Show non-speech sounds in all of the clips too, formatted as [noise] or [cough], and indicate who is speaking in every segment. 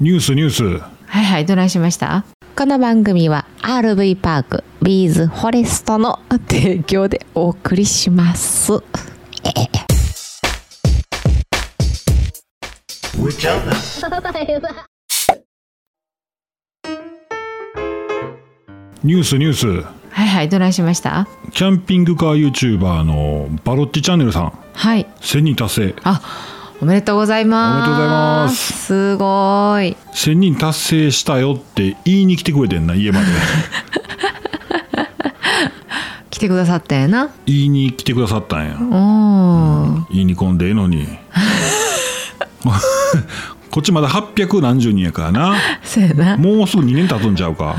Speaker 1: ニュースニュース
Speaker 2: はいはいどないしましたこの番組は RV パークビーズフォレストの提供でお送りします
Speaker 1: ニュースニュース
Speaker 2: はいはいどないしました
Speaker 1: キャンピングカー YouTuber のバロッティチャンネルさん
Speaker 2: はい
Speaker 1: 1000人達成
Speaker 2: あおめでとうございます
Speaker 1: おめでとうございます
Speaker 2: すごい
Speaker 1: 1000人達成したよって言いに来てくれてんな
Speaker 2: [laughs]
Speaker 1: 家まで
Speaker 2: 来てくださったんやな
Speaker 1: 言いに来てくださったんや
Speaker 2: おー
Speaker 1: 言いに込んでええのに [laughs] こっちまだ800何十人やからな
Speaker 2: そうやな
Speaker 1: もうすぐ2年経つんちゃう
Speaker 2: [laughs]
Speaker 1: か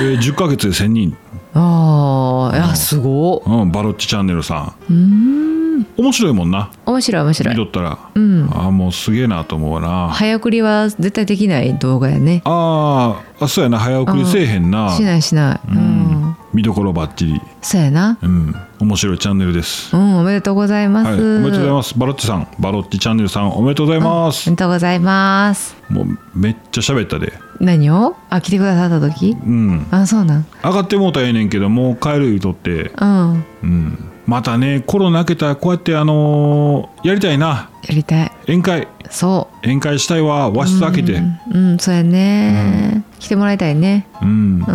Speaker 1: えー10ヶ月で1000人、
Speaker 2: あーいやすご
Speaker 1: うん、バロッチチャンネルさん
Speaker 2: いうん
Speaker 1: 面白いもんな
Speaker 2: 面白い面白
Speaker 1: 見と
Speaker 2: い
Speaker 1: ったら、
Speaker 2: うん
Speaker 1: ああもうすげえなと思うわな、
Speaker 2: 早送りは絶対できない動画やね
Speaker 1: あーあそうやな早送りせえへんな
Speaker 2: しないしないうん、
Speaker 1: 見どころばっちり
Speaker 2: そうやな
Speaker 1: うん面白いチャンネルです、
Speaker 2: うんおめでとうございます、
Speaker 1: はい、おめでとうございますバロッチさんバロッチチャンネルさんおめでとうございま
Speaker 2: お
Speaker 1: す
Speaker 2: めでとうございます
Speaker 1: もうめっちゃ喋ったで
Speaker 2: 何をあ来てくださった時
Speaker 1: うん
Speaker 2: あそうなん
Speaker 1: 上がってもうたらええねんけどもう帰る言うとって
Speaker 2: うん
Speaker 1: うんまたねコロナ明けたらこうやってあのーやりたいな
Speaker 2: やりたい
Speaker 1: 宴会
Speaker 2: そ
Speaker 1: 宴会したいわ和室開けて
Speaker 2: ううん、うん、そうやね、来てもらいたいね
Speaker 1: うん
Speaker 2: う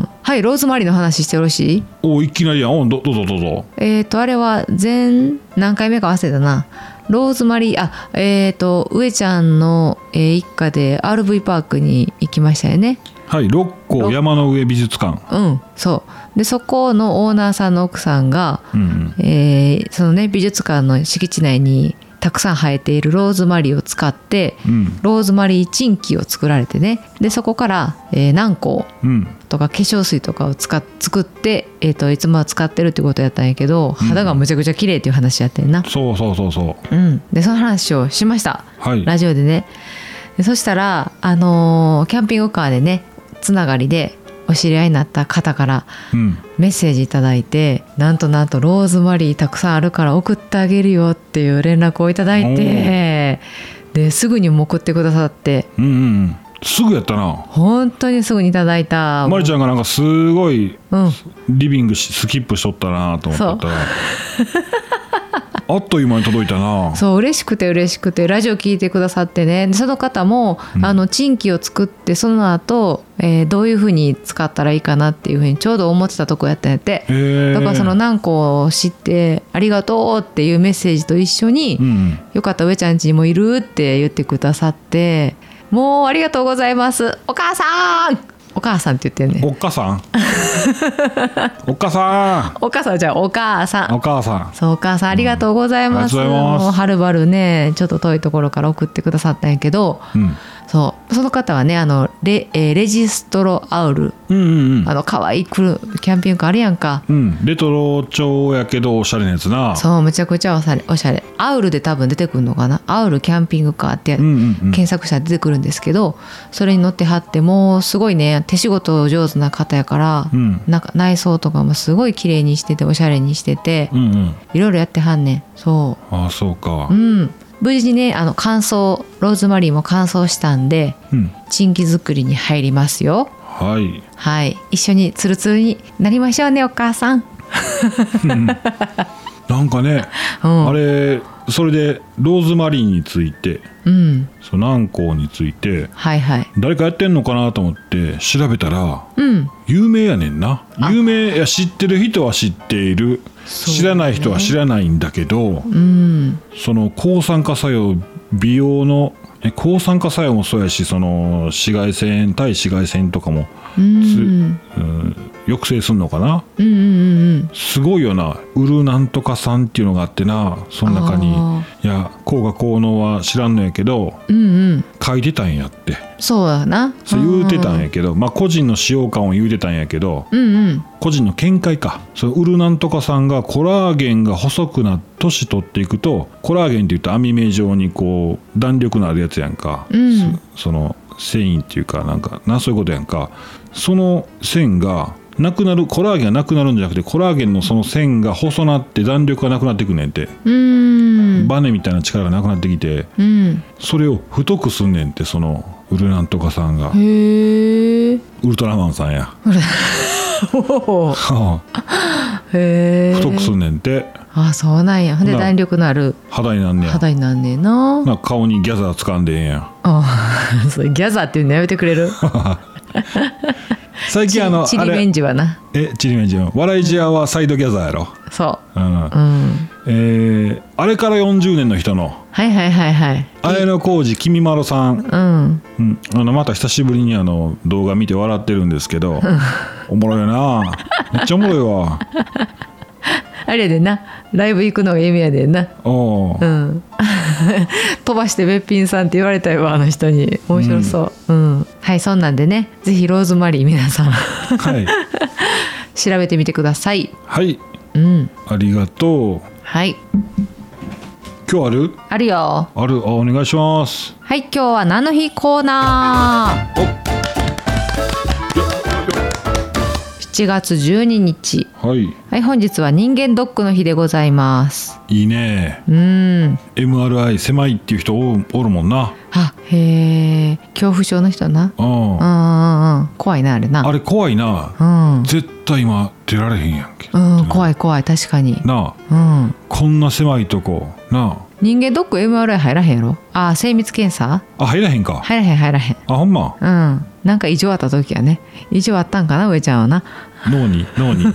Speaker 2: んはいローズマリーの話してよろしい
Speaker 1: おいきなりやんおどどうぞどうぞ
Speaker 2: えっ、とあれは前何回目か忘れたなローズマリーあえっ、と上ちゃんの、えー一家で RV パークに行きましたよね
Speaker 1: はい六甲山の上美術館
Speaker 2: うんそうでそこのオーナーさんの奥さんが、
Speaker 1: うん
Speaker 2: えーそのね美術館の敷地内にたくさん生えているローズマリーを使って、
Speaker 1: うん
Speaker 2: ローズマリーチンキを作られてねでそこから、えー、軟膏
Speaker 1: うん
Speaker 2: とか化粧水とかを使っ作って、えー、といつもは使ってるってことやったんやけど肌がむちゃくちゃ綺麗っていう話やってんな、
Speaker 1: そうそうそうそう
Speaker 2: うん、でその話をしました
Speaker 1: はい
Speaker 2: ラジオでねでそしたら、あのーキャンピングカーでねつながりでお知り合いになった方から
Speaker 1: うん
Speaker 2: メッセージいただいてなんとなんとローズマリーたくさんあるから送ってあげるよっていう連絡をいただいてですぐにも送ってくださって
Speaker 1: うんうんうんすぐやったな
Speaker 2: 本当にすぐにいただいた、
Speaker 1: まりちゃんがなんかすごい
Speaker 2: うん、
Speaker 1: リビングしスキップしとったなと思ったら [laughs] あっという間に届いたな
Speaker 2: そう嬉しくて嬉しくてラジオ聞いてくださってねでその方も、あのチンキを作ってその後、えーどういうふうに使ったらいいかなっていうふうにちょうど思ってたとこやったんやって、
Speaker 1: へえ
Speaker 2: だからその何個を知って「ありがとう」っていうメッセージと一緒に「
Speaker 1: うんうん
Speaker 2: よかった上ちゃん家にもいる」って言ってくださって「もうありがとうございますお母さん!」お母さんって言ってんね
Speaker 1: おっか
Speaker 2: [laughs]
Speaker 1: さんおっかさ
Speaker 2: お母さんじゃあお母さん
Speaker 1: んお母さ
Speaker 2: そうお母さんありがとうございます。
Speaker 1: ありがとうございます
Speaker 2: もうはるばるねちょっと遠いところから送ってくださったんやけど、
Speaker 1: んうん
Speaker 2: そうその方はねあのレ,、えーレジストロアウル
Speaker 1: うんうん
Speaker 2: あの可愛いくるキャンピングカーあるやんか。
Speaker 1: うんうんレトロ調やけどおしゃれなやつな
Speaker 2: そうむちゃくちゃおしゃれおしゃれアウルで多分出てくるのかなアウルキャンピングカーって、
Speaker 1: うんうんうん
Speaker 2: 検索したら出てくるんですけどそれに乗ってはってもうすごいね手仕事上手な方やから、
Speaker 1: うん
Speaker 2: なんか内装とかもすごい綺麗にしてておしゃれにしてて、
Speaker 1: うんうん
Speaker 2: いろいろやってはんねんそう
Speaker 1: ああそうか
Speaker 2: うん、無事にねあの乾燥ローズマリーも乾燥したんで
Speaker 1: うん
Speaker 2: チンキ作りに入りますよ
Speaker 1: はい
Speaker 2: はい一緒にツルツルになりましょうねお母さん
Speaker 1: なんかね
Speaker 2: うん
Speaker 1: あれそれでローズマリーについて
Speaker 2: うん
Speaker 1: そう南光について
Speaker 2: はいはい
Speaker 1: 誰かやってんのかなと思って調べたら
Speaker 2: うん
Speaker 1: 有名やねんな有名いや知ってる人は知っている
Speaker 2: そうね
Speaker 1: 知らない人は知らないんだけど
Speaker 2: うん
Speaker 1: その抗酸化作用美容のえ抗酸化作用もそうやしその紫外線対紫外線とかも、
Speaker 2: うんうん
Speaker 1: うん、抑制するのかな
Speaker 2: うんうん
Speaker 1: すごいよなウルなんとか酸っていうのがあってなその中に
Speaker 2: あ
Speaker 1: いや効果効能は知らんのやけど
Speaker 2: うんうんうん
Speaker 1: 書いてたんやって
Speaker 2: そうだな
Speaker 1: そう言うてたん
Speaker 2: や
Speaker 1: やけど、まあ個人の使用感を言うてたんやけど
Speaker 2: うんうん
Speaker 1: 個人の見解かそのウルなんとかさんがコラーゲンが細くな年取っていくとコラーゲンっていうと網目状にこう弾力のあるやつやんか、
Speaker 2: うん
Speaker 1: そその繊維っていうかなんかなそういうことやんかその線がなくなるコラーゲンがなくなるんじゃなくてコラーゲンのその線が細なって弾力がなくなっていくねんて
Speaker 2: うんうん
Speaker 1: バネみたいな力がなくなってきて
Speaker 2: うん
Speaker 1: それを太くすんねんってそのウルなんとかさんが
Speaker 2: へえ
Speaker 1: ウルトラマンさん
Speaker 2: [laughs]
Speaker 1: や [laughs]
Speaker 2: へえ
Speaker 1: 太くすんねんって
Speaker 2: あそうなんやほんで
Speaker 1: な
Speaker 2: 弾力のある
Speaker 1: 肌になんねや
Speaker 2: 肌になんねえな
Speaker 1: な顔にギャザー掴んでええんや
Speaker 2: あそれギャザーっていうのやめてくれる
Speaker 1: 最近あの
Speaker 2: チ
Speaker 1: あ
Speaker 2: リベ
Speaker 1: れ
Speaker 2: ンジはな
Speaker 1: えチリメンジン笑いジアはサイドギャザーやろ
Speaker 2: そ
Speaker 1: うん
Speaker 2: ううん
Speaker 1: えーあれから40年の人の
Speaker 2: はいはいはいはい
Speaker 1: 綾小路きみまろさん、
Speaker 2: うん
Speaker 1: うん、あのまた久しぶりにあの動画見て笑ってるんですけどおもろいなめっちゃおもろいわ
Speaker 2: あれやでなライブ行くのが夢やでな
Speaker 1: お
Speaker 2: う
Speaker 1: ー
Speaker 2: ん [laughs] 飛ばしてべっぴんさんって言われたよあの人に面白そう、うんはいそんなんでねぜひローズマリー皆さん [laughs]
Speaker 1: はい
Speaker 2: 調べてみてください
Speaker 1: はい
Speaker 2: うん
Speaker 1: ありがとう
Speaker 2: はい
Speaker 1: 今日ある
Speaker 2: あるよ
Speaker 1: あるあお願いします
Speaker 2: はい今日は何の日コーナー7月12日
Speaker 1: はい
Speaker 2: はい本日は人間ドックの日でございます
Speaker 1: いいね
Speaker 2: うん
Speaker 1: MRI 狭いっていう人おおるもんな
Speaker 2: あへえ恐怖症の人な
Speaker 1: うん
Speaker 2: うん
Speaker 1: あ
Speaker 2: うんうん怖いなあれな
Speaker 1: れ怖いな
Speaker 2: うん
Speaker 1: 絶対今出られへんやんけ
Speaker 2: うん怖い怖い確かに
Speaker 1: なあ
Speaker 2: うん
Speaker 1: こんな狭いとこな
Speaker 2: 人間ドック MRI 入らへんやろあー精密検査
Speaker 1: ああ入らへんか
Speaker 2: 入らへん入らへん
Speaker 1: あほんま
Speaker 2: うんなんか異常あった時やね異常あったんかな上ちゃんはな
Speaker 1: 脳に脳
Speaker 2: [laughs]
Speaker 1: に
Speaker 2: は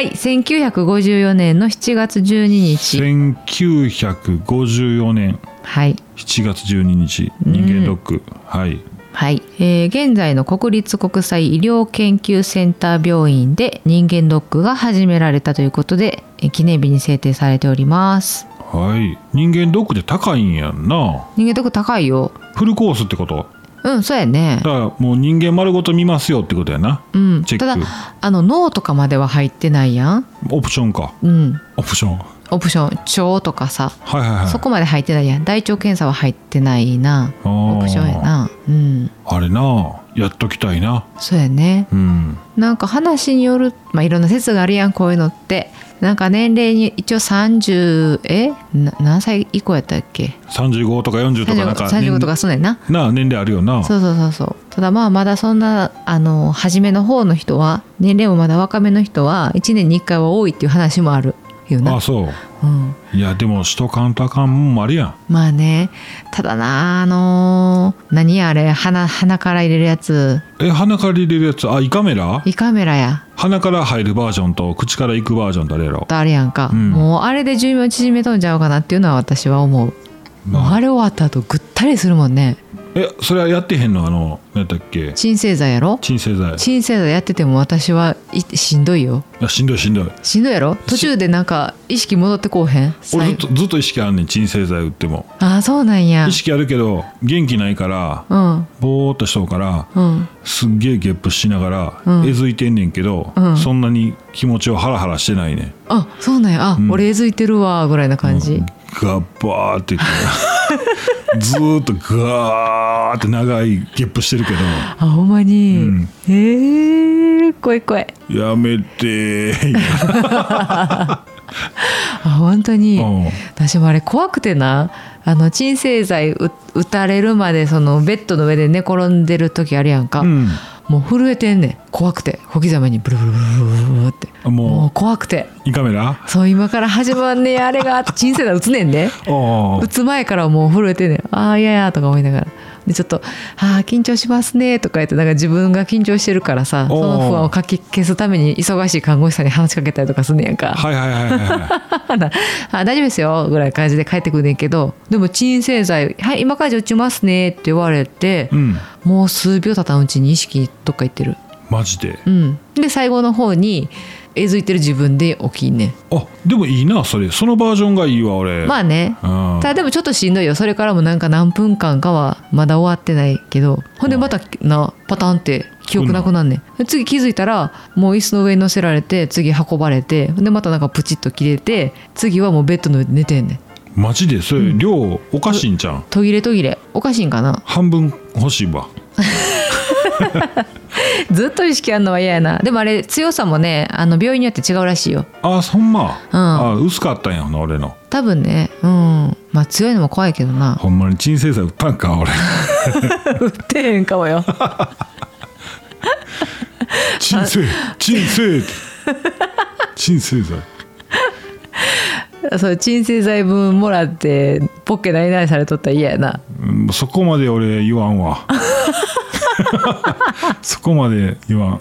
Speaker 2: い1954年の7月12日
Speaker 1: 1954年
Speaker 2: はい
Speaker 1: 7月12日人間ドック、はい
Speaker 2: はい、えー現在の国立国際医療研究センター病院で人間ドックが始められたということで、えー記念日に制定されております
Speaker 1: はい人間ドックって高いんやんな
Speaker 2: 人間ドック高いよ
Speaker 1: フルコースってこと
Speaker 2: うんそうやね
Speaker 1: だからもう人間丸ごと見ますよってことやな
Speaker 2: うん
Speaker 1: チェ
Speaker 2: た
Speaker 1: ック
Speaker 2: だあの脳とかまでは入ってないやん
Speaker 1: オプションか
Speaker 2: うん
Speaker 1: オプションはい
Speaker 2: オプション腸とかさ
Speaker 1: はいはい
Speaker 2: そこまで入ってないやん大腸検査は入ってないな
Speaker 1: あー
Speaker 2: オプションやなうん
Speaker 1: あれなやっときたいな
Speaker 2: そうやね
Speaker 1: うん
Speaker 2: なんか話によるまあいろんな説があるやんこういうのってなんか年齢に一応30えな何歳以降やったっけ
Speaker 1: 35とか40とかなんか
Speaker 2: 35とかそうねんな
Speaker 1: 年なあ年齢あるよな
Speaker 2: そうそうそうそうただまあまだそんなあの初めの方の人は年齢もまだ若めの人は1年に1回は多いっていう話もあるよな
Speaker 1: あそう
Speaker 2: うん
Speaker 1: いやでもしとかんとあかんもんもあるやん
Speaker 2: まあねただなあのー何やあれ鼻鼻から入れるやつ
Speaker 1: え鼻から入れるやつあ胃カメラ
Speaker 2: 胃カメラや
Speaker 1: 鼻から入るバージョンと口から行くバージョンとあれやろ
Speaker 2: あれやんか、
Speaker 1: うん
Speaker 2: もうあれで寿命縮めとんちゃうかなっていうのは私は思う、もうあれ終わった後ぐったりするもんね
Speaker 1: えそれはやってへんのあの何やったっけ
Speaker 2: 鎮静剤やろ
Speaker 1: 鎮静剤
Speaker 2: 鎮静剤やってても私はいしんどいよ
Speaker 1: あしんどいしんどい
Speaker 2: しんどいやろ途中でなんか意識戻ってこうへん
Speaker 1: 俺ず
Speaker 2: 最
Speaker 1: っ
Speaker 2: 後
Speaker 1: とずっと意識あんねん鎮静剤打っても
Speaker 2: ああそうなんや
Speaker 1: 意識あるけど元気ないから
Speaker 2: うん
Speaker 1: ぼーっとしとうから
Speaker 2: うん
Speaker 1: すっげえゲップしなが
Speaker 2: う
Speaker 1: ら
Speaker 2: ん
Speaker 1: えずいてんねんけど、
Speaker 2: うん
Speaker 1: そんなに気持ちをハラハラしてないね
Speaker 2: あそうなんやあ、
Speaker 1: ん
Speaker 2: 俺えずいてるわぐらいな感じ、
Speaker 1: ガバーって言 [laughs] ってずーっとガーって長いゲップしてるけど
Speaker 2: あほんまに、
Speaker 1: うん
Speaker 2: えー、怖い怖い
Speaker 1: やめてー
Speaker 2: あ本当に、
Speaker 1: うん
Speaker 2: 私もあれ怖くてなあの鎮静剤う打たれるまでそのベッドの上で寝転んでる時あるやんか、
Speaker 1: うん
Speaker 2: もう震えてんねん怖くて小刻みにブルブルブルブルブルって
Speaker 1: あもう
Speaker 2: もう怖くて
Speaker 1: 胃カメラ
Speaker 2: そう今から始まんねやあれが鎮静剤打つねんで、
Speaker 1: お
Speaker 2: 打つ前からもう震えてんねんああいやいやとか思いながらでちょっと「あー緊張しますね」とか言ってなんか自分が緊張してるからさそ
Speaker 1: おー
Speaker 2: の不安をかき消すために忙しい看護師さんに話しかけたりとかすんねやんか。
Speaker 1: はいはいはいはいは
Speaker 2: あ [laughs] なあ大丈夫ですよぐらいの感じで帰ってくるねんけどでも鎮静剤「はい今からじゃあ打ちますね」って言われて、
Speaker 1: い、うん、
Speaker 2: もう数秒経たんうちに意識どっか行ってる、
Speaker 1: マジで
Speaker 2: うん、で最後の方にえずいてる自分で起きんねん
Speaker 1: あでもいいなそれそのバージョンがいいわ俺
Speaker 2: まあね
Speaker 1: あ
Speaker 2: ただでもちょっとしんどいよそれからもなんか何分間かはまだ終わってないけどほんでまたなパタンって記憶なくなんねんで次気づいたらもう椅子の上に乗せられて次運ばれてでまたなんかプチッと切れて次はもうベッドの上で寝てんねん
Speaker 1: マジでそれ量おかしいんじゃん、
Speaker 2: 途切れ途切れおかしいんかな
Speaker 1: 半分欲しいわ
Speaker 2: ずっと意識あんのは嫌やなでもあれ強さもねあの病院によって違うらしいよ
Speaker 1: ああそんま、あ薄かったんやほな俺の
Speaker 2: 多分ねうんまあ強いのも怖いけどな
Speaker 1: [laughs] ほんまに鎮静剤打ったん [laughs] か俺
Speaker 2: 売ってへんかもよ
Speaker 1: 鎮静鎮静 [laughs] って鎮静剤
Speaker 2: そう鎮静剤分もらってポッケ何々されとったら嫌やな
Speaker 1: うんそこまで俺言わん [laughs] わそこまで言わん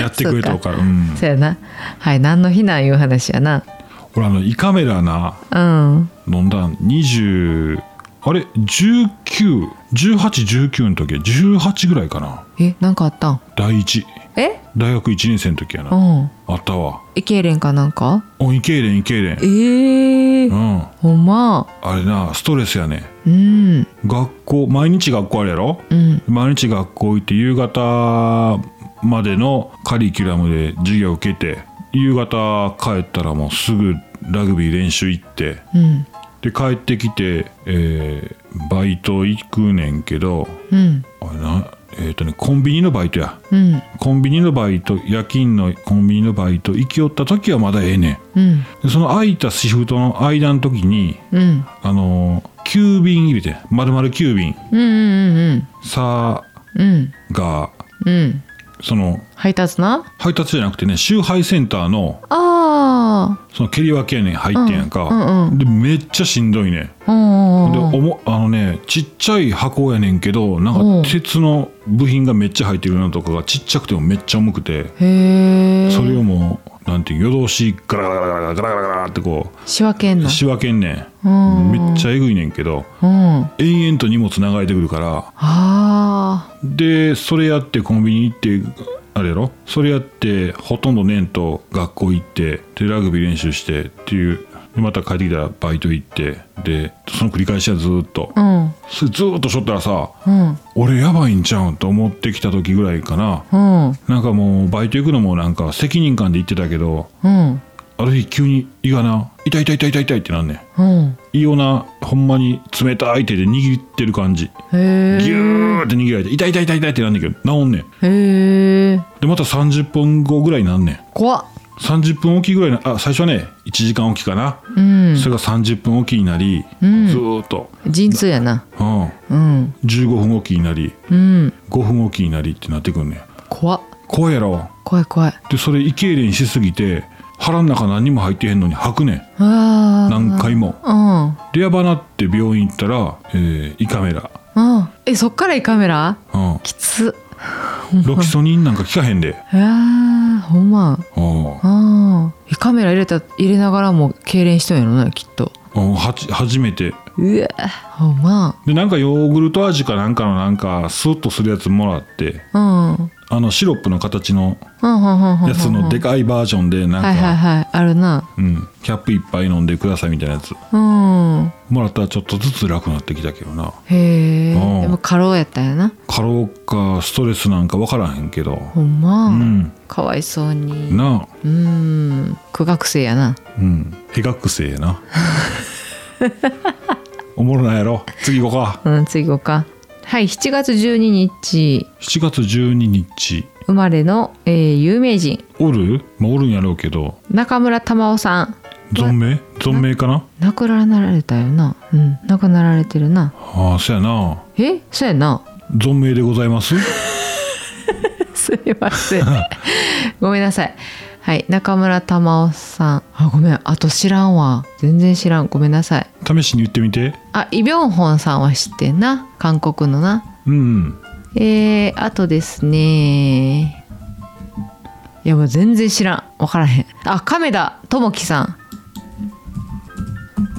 Speaker 1: やってくれとからうん
Speaker 2: そうやなはい何の避難いう話やな
Speaker 1: 俺あの胃カメラな
Speaker 2: うん
Speaker 1: 飲んだん20あれ191819の時18ぐらいかな
Speaker 2: えなんかあったん
Speaker 1: 第一
Speaker 2: え
Speaker 1: 大学1年生の時や
Speaker 2: う
Speaker 1: なんあったわ
Speaker 2: 胃痙攣かなんか
Speaker 1: お胃痙攣胃痙
Speaker 2: え
Speaker 1: 攣
Speaker 2: え
Speaker 1: う
Speaker 2: ー、
Speaker 1: ん
Speaker 2: ほんま
Speaker 1: あれなストレスやね
Speaker 2: うん
Speaker 1: 学校毎日学校あるやろ
Speaker 2: うん
Speaker 1: 毎日学校行って夕方までのカリキュラムで授業受けて夕方帰ったらもうすぐラグビー練習行って
Speaker 2: うん
Speaker 1: で帰ってきて、えーバイト行くねんけど
Speaker 2: うん
Speaker 1: あれなえっ、とねコンビニのバイトや
Speaker 2: うん
Speaker 1: コンビニのバイト夜勤のコンビニのバイト行きよった時はまだええね
Speaker 2: うん
Speaker 1: んでその空いたシフトの間の時に
Speaker 2: うん
Speaker 1: あのー、9便入れて丸々9便
Speaker 2: うんうんうん
Speaker 1: さ
Speaker 2: うん
Speaker 1: が
Speaker 2: うん
Speaker 1: その
Speaker 2: 配達な
Speaker 1: 配達じゃなくてね集配センターの
Speaker 2: あ
Speaker 1: その蹴り分けやねん入ってんやんか、
Speaker 2: うんうん
Speaker 1: でめっちゃしんどいね
Speaker 2: あうん
Speaker 1: で
Speaker 2: うんうん
Speaker 1: おもあのねちっちゃい箱やねんけどな
Speaker 2: うんん
Speaker 1: か鉄の部品がめっちゃ入ってるのとかがちっちゃくてもめっちゃ重くて
Speaker 2: へえ
Speaker 1: それをもうなんていう夜通しガラガラガラガラガラガラってこ
Speaker 2: 仕分けん
Speaker 1: う
Speaker 2: の
Speaker 1: 仕分けんね
Speaker 2: うん
Speaker 1: んめっちゃえぐいねんけど
Speaker 2: うんあ
Speaker 1: 延々と荷物流れてくるから
Speaker 2: あ
Speaker 1: でそれやってコンビニ行ってあれやろそれやってほとんど年と学校行ってでラグビー練習してっていうでまた帰ってきたらバイト行ってでその繰り返しはずーっと、
Speaker 2: うん
Speaker 1: それずーっとしょったらさ
Speaker 2: うん
Speaker 1: 俺やばいんちゃうんと思ってきた時ぐらいかな
Speaker 2: うん
Speaker 1: なんかもうバイト行くのもなんか責任感で行ってたけど
Speaker 2: うん
Speaker 1: ある日急に胃がな痛い痛い痛い痛い痛いってなんねん
Speaker 2: うん
Speaker 1: 胃をなほんまに冷たい手で握ってる感じ
Speaker 2: へえ
Speaker 1: ギューって握られて痛い痛い痛い痛いってなんねんけど治んねん
Speaker 2: へえ
Speaker 1: でまた30分後ぐらいになんねん
Speaker 2: 怖っ
Speaker 1: 30分おきぐらいなあ最初はね1時間おきかな、
Speaker 2: うん
Speaker 1: それが30分おきになり、
Speaker 2: うん
Speaker 1: ずーっと、
Speaker 2: 陣痛やな
Speaker 1: うん、
Speaker 2: うん
Speaker 1: 15分おきになり
Speaker 2: うん
Speaker 1: 5分おきになりってなってくんねん
Speaker 2: 怖っ
Speaker 1: 怖いやろ
Speaker 2: 怖い怖い
Speaker 1: でそれ胃痙攣しすぎて腹の中何にも入ってへんのに吐くねん
Speaker 2: ああ
Speaker 1: 何回も
Speaker 2: うん
Speaker 1: でやばなって病院行ったら、えー胃カメラ、
Speaker 2: うんえそっからいいカメラ
Speaker 1: うん、
Speaker 2: きつ
Speaker 1: ロキソニンなんか効かへんで、
Speaker 2: ああほんま
Speaker 1: うん
Speaker 2: ああ胃カメラ入れた入れながらも痙攣しとんやろなきっと
Speaker 1: うん、はち初めて
Speaker 2: うわほんま
Speaker 1: でなんかヨーグルト味かなんかのなんかスーッとするやつもらって
Speaker 2: うんうん
Speaker 1: あのシロップの形の
Speaker 2: うんうんうん
Speaker 1: やつので
Speaker 2: か
Speaker 1: かいバージョンでなんか、
Speaker 2: はいはいはいあるな
Speaker 1: うん、キャップいっぱい飲んでくださいみたいなやつ
Speaker 2: うん
Speaker 1: もらったらちょっとずつ楽になってきたけどな
Speaker 2: へえ
Speaker 1: うん
Speaker 2: でも過労やったんやな
Speaker 1: 過労かストレスなんか分からへんけど
Speaker 2: ほんま、
Speaker 1: うん
Speaker 2: かわいそうに
Speaker 1: なあ
Speaker 2: うん苦学生やな
Speaker 1: うんへ学生や
Speaker 2: [laughs]
Speaker 1: なおもろないやろ次行こうか
Speaker 2: うん次行こうかはい7月12日
Speaker 1: 7月12日
Speaker 2: 生まれの、えー有名人
Speaker 1: おる、まあ、おるんやろうけど
Speaker 2: 中村玉緒さん
Speaker 1: 存命存命かな
Speaker 2: 亡くなられたよなうん亡くなられてるな
Speaker 1: ああそやな
Speaker 2: えそうやな
Speaker 1: 存命でございます
Speaker 2: すいませんごめんなさいはい中村玉緒さんあごめんあと知らんわ全然知らんごめんなさい
Speaker 1: 試しに言ってみて
Speaker 2: あイ・ビョンホンさんは知ってんな韓国のな
Speaker 1: うん
Speaker 2: えー、あとですねいやもう全然知らん分からへんあ亀田智樹さん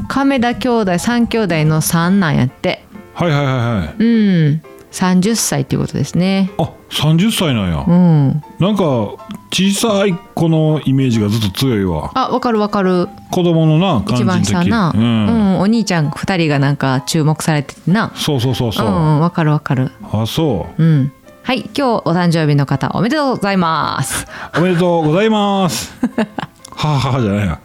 Speaker 2: 亀田兄弟三兄弟の三なんやって
Speaker 1: はいはいはいはい
Speaker 2: うん30歳っていうことですね
Speaker 1: あ30歳なんや、
Speaker 2: うん
Speaker 1: なんか小さい子のイメージがずっと強いわ
Speaker 2: あわかるわかる
Speaker 1: 子供のな感
Speaker 2: 一
Speaker 1: じの
Speaker 2: 番
Speaker 1: 時
Speaker 2: 下な、
Speaker 1: うん
Speaker 2: うんお兄ちゃん2人がなんか注目されててな
Speaker 1: そうそうそうそう、
Speaker 2: んんわかるわかる
Speaker 1: あそ
Speaker 2: うんはい今日お誕生日の方おめでとうございます
Speaker 1: うおめで
Speaker 2: [laughs]
Speaker 1: とうございますははははじゃないや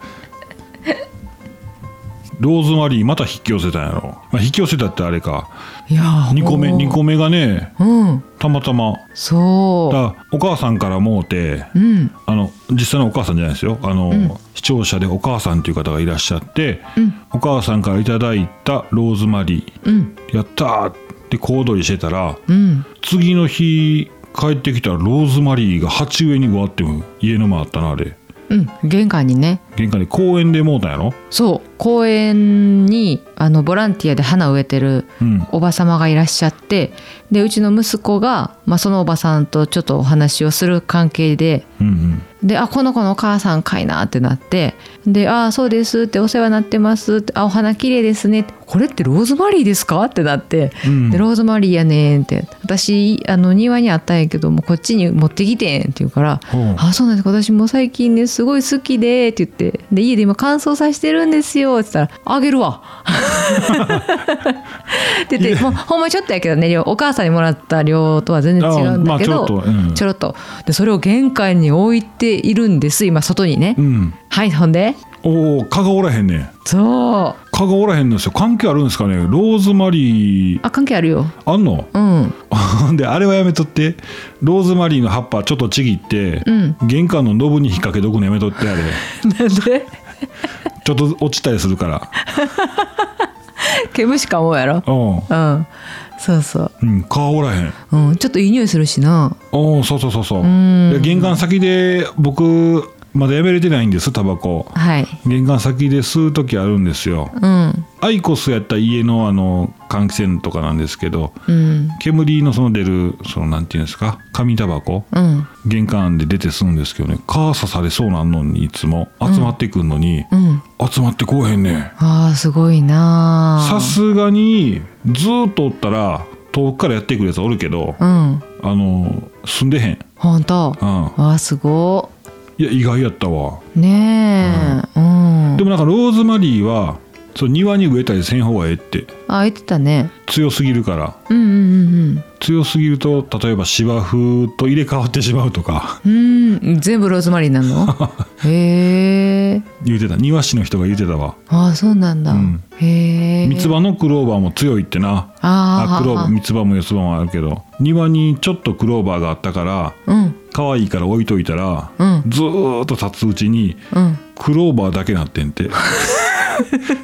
Speaker 1: ローズマリーまた引き寄せたんやろ、まあ、引き寄せたってあれか
Speaker 2: いやー
Speaker 1: 2個目
Speaker 2: ほう
Speaker 1: 2個目がね
Speaker 2: うん
Speaker 1: たまたま
Speaker 2: そ
Speaker 1: だお母さんからもうて
Speaker 2: ううん
Speaker 1: あの実際のお母さんじゃないですよあの、
Speaker 2: ん
Speaker 1: 視聴者でお母さんという方がいらっしゃって、
Speaker 2: うん
Speaker 1: お母さんからいただいたローズマリ
Speaker 2: うん
Speaker 1: ーやったーって小躍りしてたら
Speaker 2: うん
Speaker 1: 次の日帰ってきたらローズマリーが鉢植えにわっても家の前あったなあれ
Speaker 2: うん玄関にね
Speaker 1: 玄関で公園でもうたんやろ
Speaker 2: そう公園にあのボランティアで花植えてる
Speaker 1: うん
Speaker 2: おば様がいらっしゃってでうちの息子が、まあ、そのおばさんとちょっとお話をする関係で
Speaker 1: うん
Speaker 2: であこの子のお母さんかいなってなってであそうですってお世話になってますってあお花綺麗ですねこれってローズマリーですかってなって、
Speaker 1: うん
Speaker 2: でローズマリーやねんって私あの庭にあったんやけどもうこっちに持ってきてんって言うから
Speaker 1: うんほう
Speaker 2: あそうなんです私も最近ねすごい好きでって言ってで家で今乾燥させてるんですよって言ったら「あげ
Speaker 1: [laughs]
Speaker 2: るわ」って言ってもうほんまちょっとやけどね量お母さんにもらった量とは全然違うんだけど、
Speaker 1: あまあちょっとうん
Speaker 2: ちょろっとでそれを玄関に置いているんです今外にね、
Speaker 1: うん
Speaker 2: はいほんで
Speaker 1: おお蚊がおらへんねん
Speaker 2: そう
Speaker 1: 蚊がおらへんのですよ関係あるんですかねローズマリー
Speaker 2: あ関係あるよ
Speaker 1: あんの [laughs]
Speaker 2: うん
Speaker 1: ほんであれはやめとってローズマリーの葉っぱちょっとちぎって、
Speaker 2: うん
Speaker 1: 玄関のノブに引っ掛けとくのやめとって
Speaker 2: [laughs]
Speaker 1: あれ
Speaker 2: なんで [laughs]
Speaker 1: ちょっと落ちたりするから
Speaker 2: 毛虫かもやろ
Speaker 1: うん、
Speaker 2: うんそうそう
Speaker 1: うん、蚊おらへん
Speaker 2: うんちょっといい匂いするしな
Speaker 1: おそうそうそうそう
Speaker 2: うん
Speaker 1: で玄関先で僕まだやめれてないんですタバコ
Speaker 2: はい
Speaker 1: 玄関先で吸う時あるんですよ
Speaker 2: うん
Speaker 1: アイコスやった家のあの換気扇とかなんですけど
Speaker 2: うん
Speaker 1: 煙のその出るそのなんていうんですか紙タバコ
Speaker 2: うん
Speaker 1: 玄関で出て吸うんですけどね蚊刺されそうなんのにいつも集まってくんのに、
Speaker 2: うん
Speaker 1: 集まってこうへんねん
Speaker 2: ああすごいな
Speaker 1: さ
Speaker 2: あ
Speaker 1: すがにずーっとおったら遠くからやってくるやつおるけど、
Speaker 2: うん
Speaker 1: あの住んでへん、
Speaker 2: 本当
Speaker 1: う
Speaker 2: あ
Speaker 1: ん、
Speaker 2: あすご
Speaker 1: いや意外やったわ、
Speaker 2: っねえうん、
Speaker 1: でもなんかローズマリーはそう庭に植えたりせん方がええって
Speaker 2: あ言ってたね
Speaker 1: 強すぎるから
Speaker 2: うんうん
Speaker 1: 強すぎると例えば芝生と入れ替わってしまうとか
Speaker 2: うんうんうん全部ローズマリーな
Speaker 1: [laughs]
Speaker 2: のへえ
Speaker 1: 言うてた庭師の人が言うてたわ
Speaker 2: ああそうなんだ、
Speaker 1: うん
Speaker 2: へえ
Speaker 1: 三つ葉のクローバーも強いってな
Speaker 2: あ
Speaker 1: あ
Speaker 2: あ
Speaker 1: クローバ
Speaker 2: あ
Speaker 1: ー三つ葉も四つ葉もあるけど庭にちょっとクローバーがあったから
Speaker 2: うん
Speaker 1: 可愛いから置いといたら、
Speaker 2: うん
Speaker 1: ずーっと経つうちに
Speaker 2: うん
Speaker 1: クローバーだけなってん
Speaker 2: [laughs]
Speaker 1: て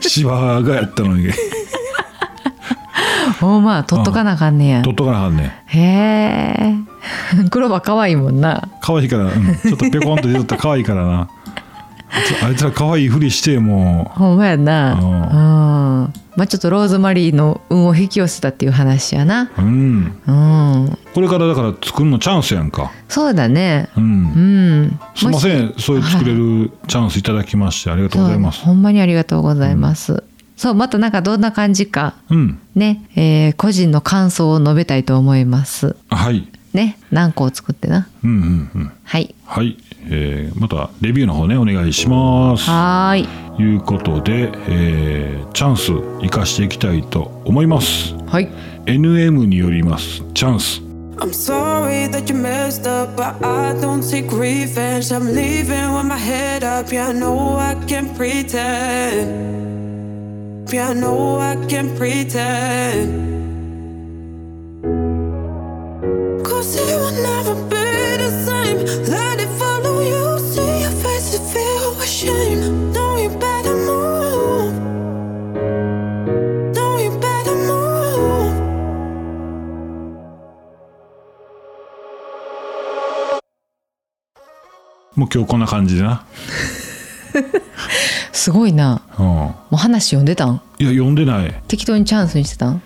Speaker 1: 芝がやったのに
Speaker 2: おまあ取っとかなあかんねや
Speaker 1: 取っとかなあかんねん
Speaker 2: へえ [laughs] クローバー可愛いもんな
Speaker 1: 可愛いから、うんちょっとペコンと出とったら可愛いからなあいつら可愛いふりしても
Speaker 2: ほんまやな
Speaker 1: う
Speaker 2: うんんまあちょっとローズマリーの運を引き寄せたっていう話やな
Speaker 1: ううん
Speaker 2: うん
Speaker 1: これからだから作るのチャンスやんか
Speaker 2: そうだね
Speaker 1: う
Speaker 2: うんん
Speaker 1: すいま
Speaker 2: ん
Speaker 1: せんそういう作れるチャンスいただきましてありがとうございます
Speaker 2: ほんまにありがとうございます、そうまたなんかどんな感じか
Speaker 1: うん
Speaker 2: ね、えー個人の感想を述べたいと思います
Speaker 1: はい
Speaker 2: ね何個を作ってな
Speaker 1: うんうんうん
Speaker 2: はい
Speaker 1: はい、えーまたレビューの方ねお願いします
Speaker 2: はーい
Speaker 1: ということで、えーチャンス生かしていきたいと思います
Speaker 2: はい
Speaker 1: NM によりますチャンス
Speaker 3: I'm sorry that you messed up, but I don't take revenge. I'm leaving with my head up. Yeah, I know I can pretend. Yeah, I know I can pretend. Cause it will never be the same. Let it follow you. See your face and feel ashamed. Know you better move. Know you better move.
Speaker 1: もう今日こんな感じでな、
Speaker 2: すごいな
Speaker 1: うん、
Speaker 2: もう話読んでたん
Speaker 1: いや読んでない
Speaker 2: 適当にチャンスにしてたん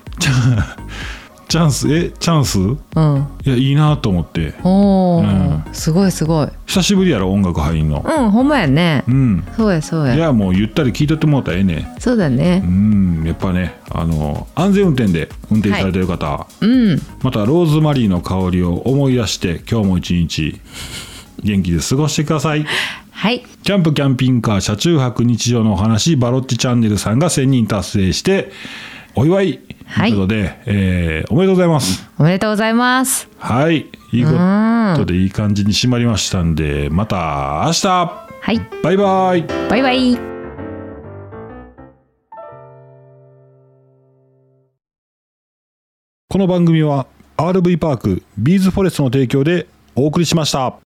Speaker 1: チャンスえチャンスい
Speaker 2: うん
Speaker 1: やいいなと思って
Speaker 2: おお、すごいすごい
Speaker 1: 久しぶりやろ音楽入んの
Speaker 2: うんほんまやね
Speaker 1: うん
Speaker 2: そうやそう
Speaker 1: い
Speaker 2: や
Speaker 1: やもうゆったり聞いとってもらったらええね
Speaker 2: そうだね
Speaker 1: うんやっぱねあの安全運転で運転されてる方、
Speaker 2: うん
Speaker 1: またローズマリーの香りを思い出して今日も一日元気で過ごしてください
Speaker 2: はい
Speaker 1: キャンプキャンピングカー車中泊日常のお話バロッチチャンネルさんが1000人達成してお祝いと
Speaker 2: はいいう
Speaker 1: ことで、えーおめでとうございます
Speaker 2: おめでとうございます
Speaker 1: はいいいことでいい感じに締まりましたんでまた明日
Speaker 2: はい
Speaker 1: バイバイ
Speaker 2: バイバイ
Speaker 1: この番組は RV パークビーズフォレストの提供でお送りしました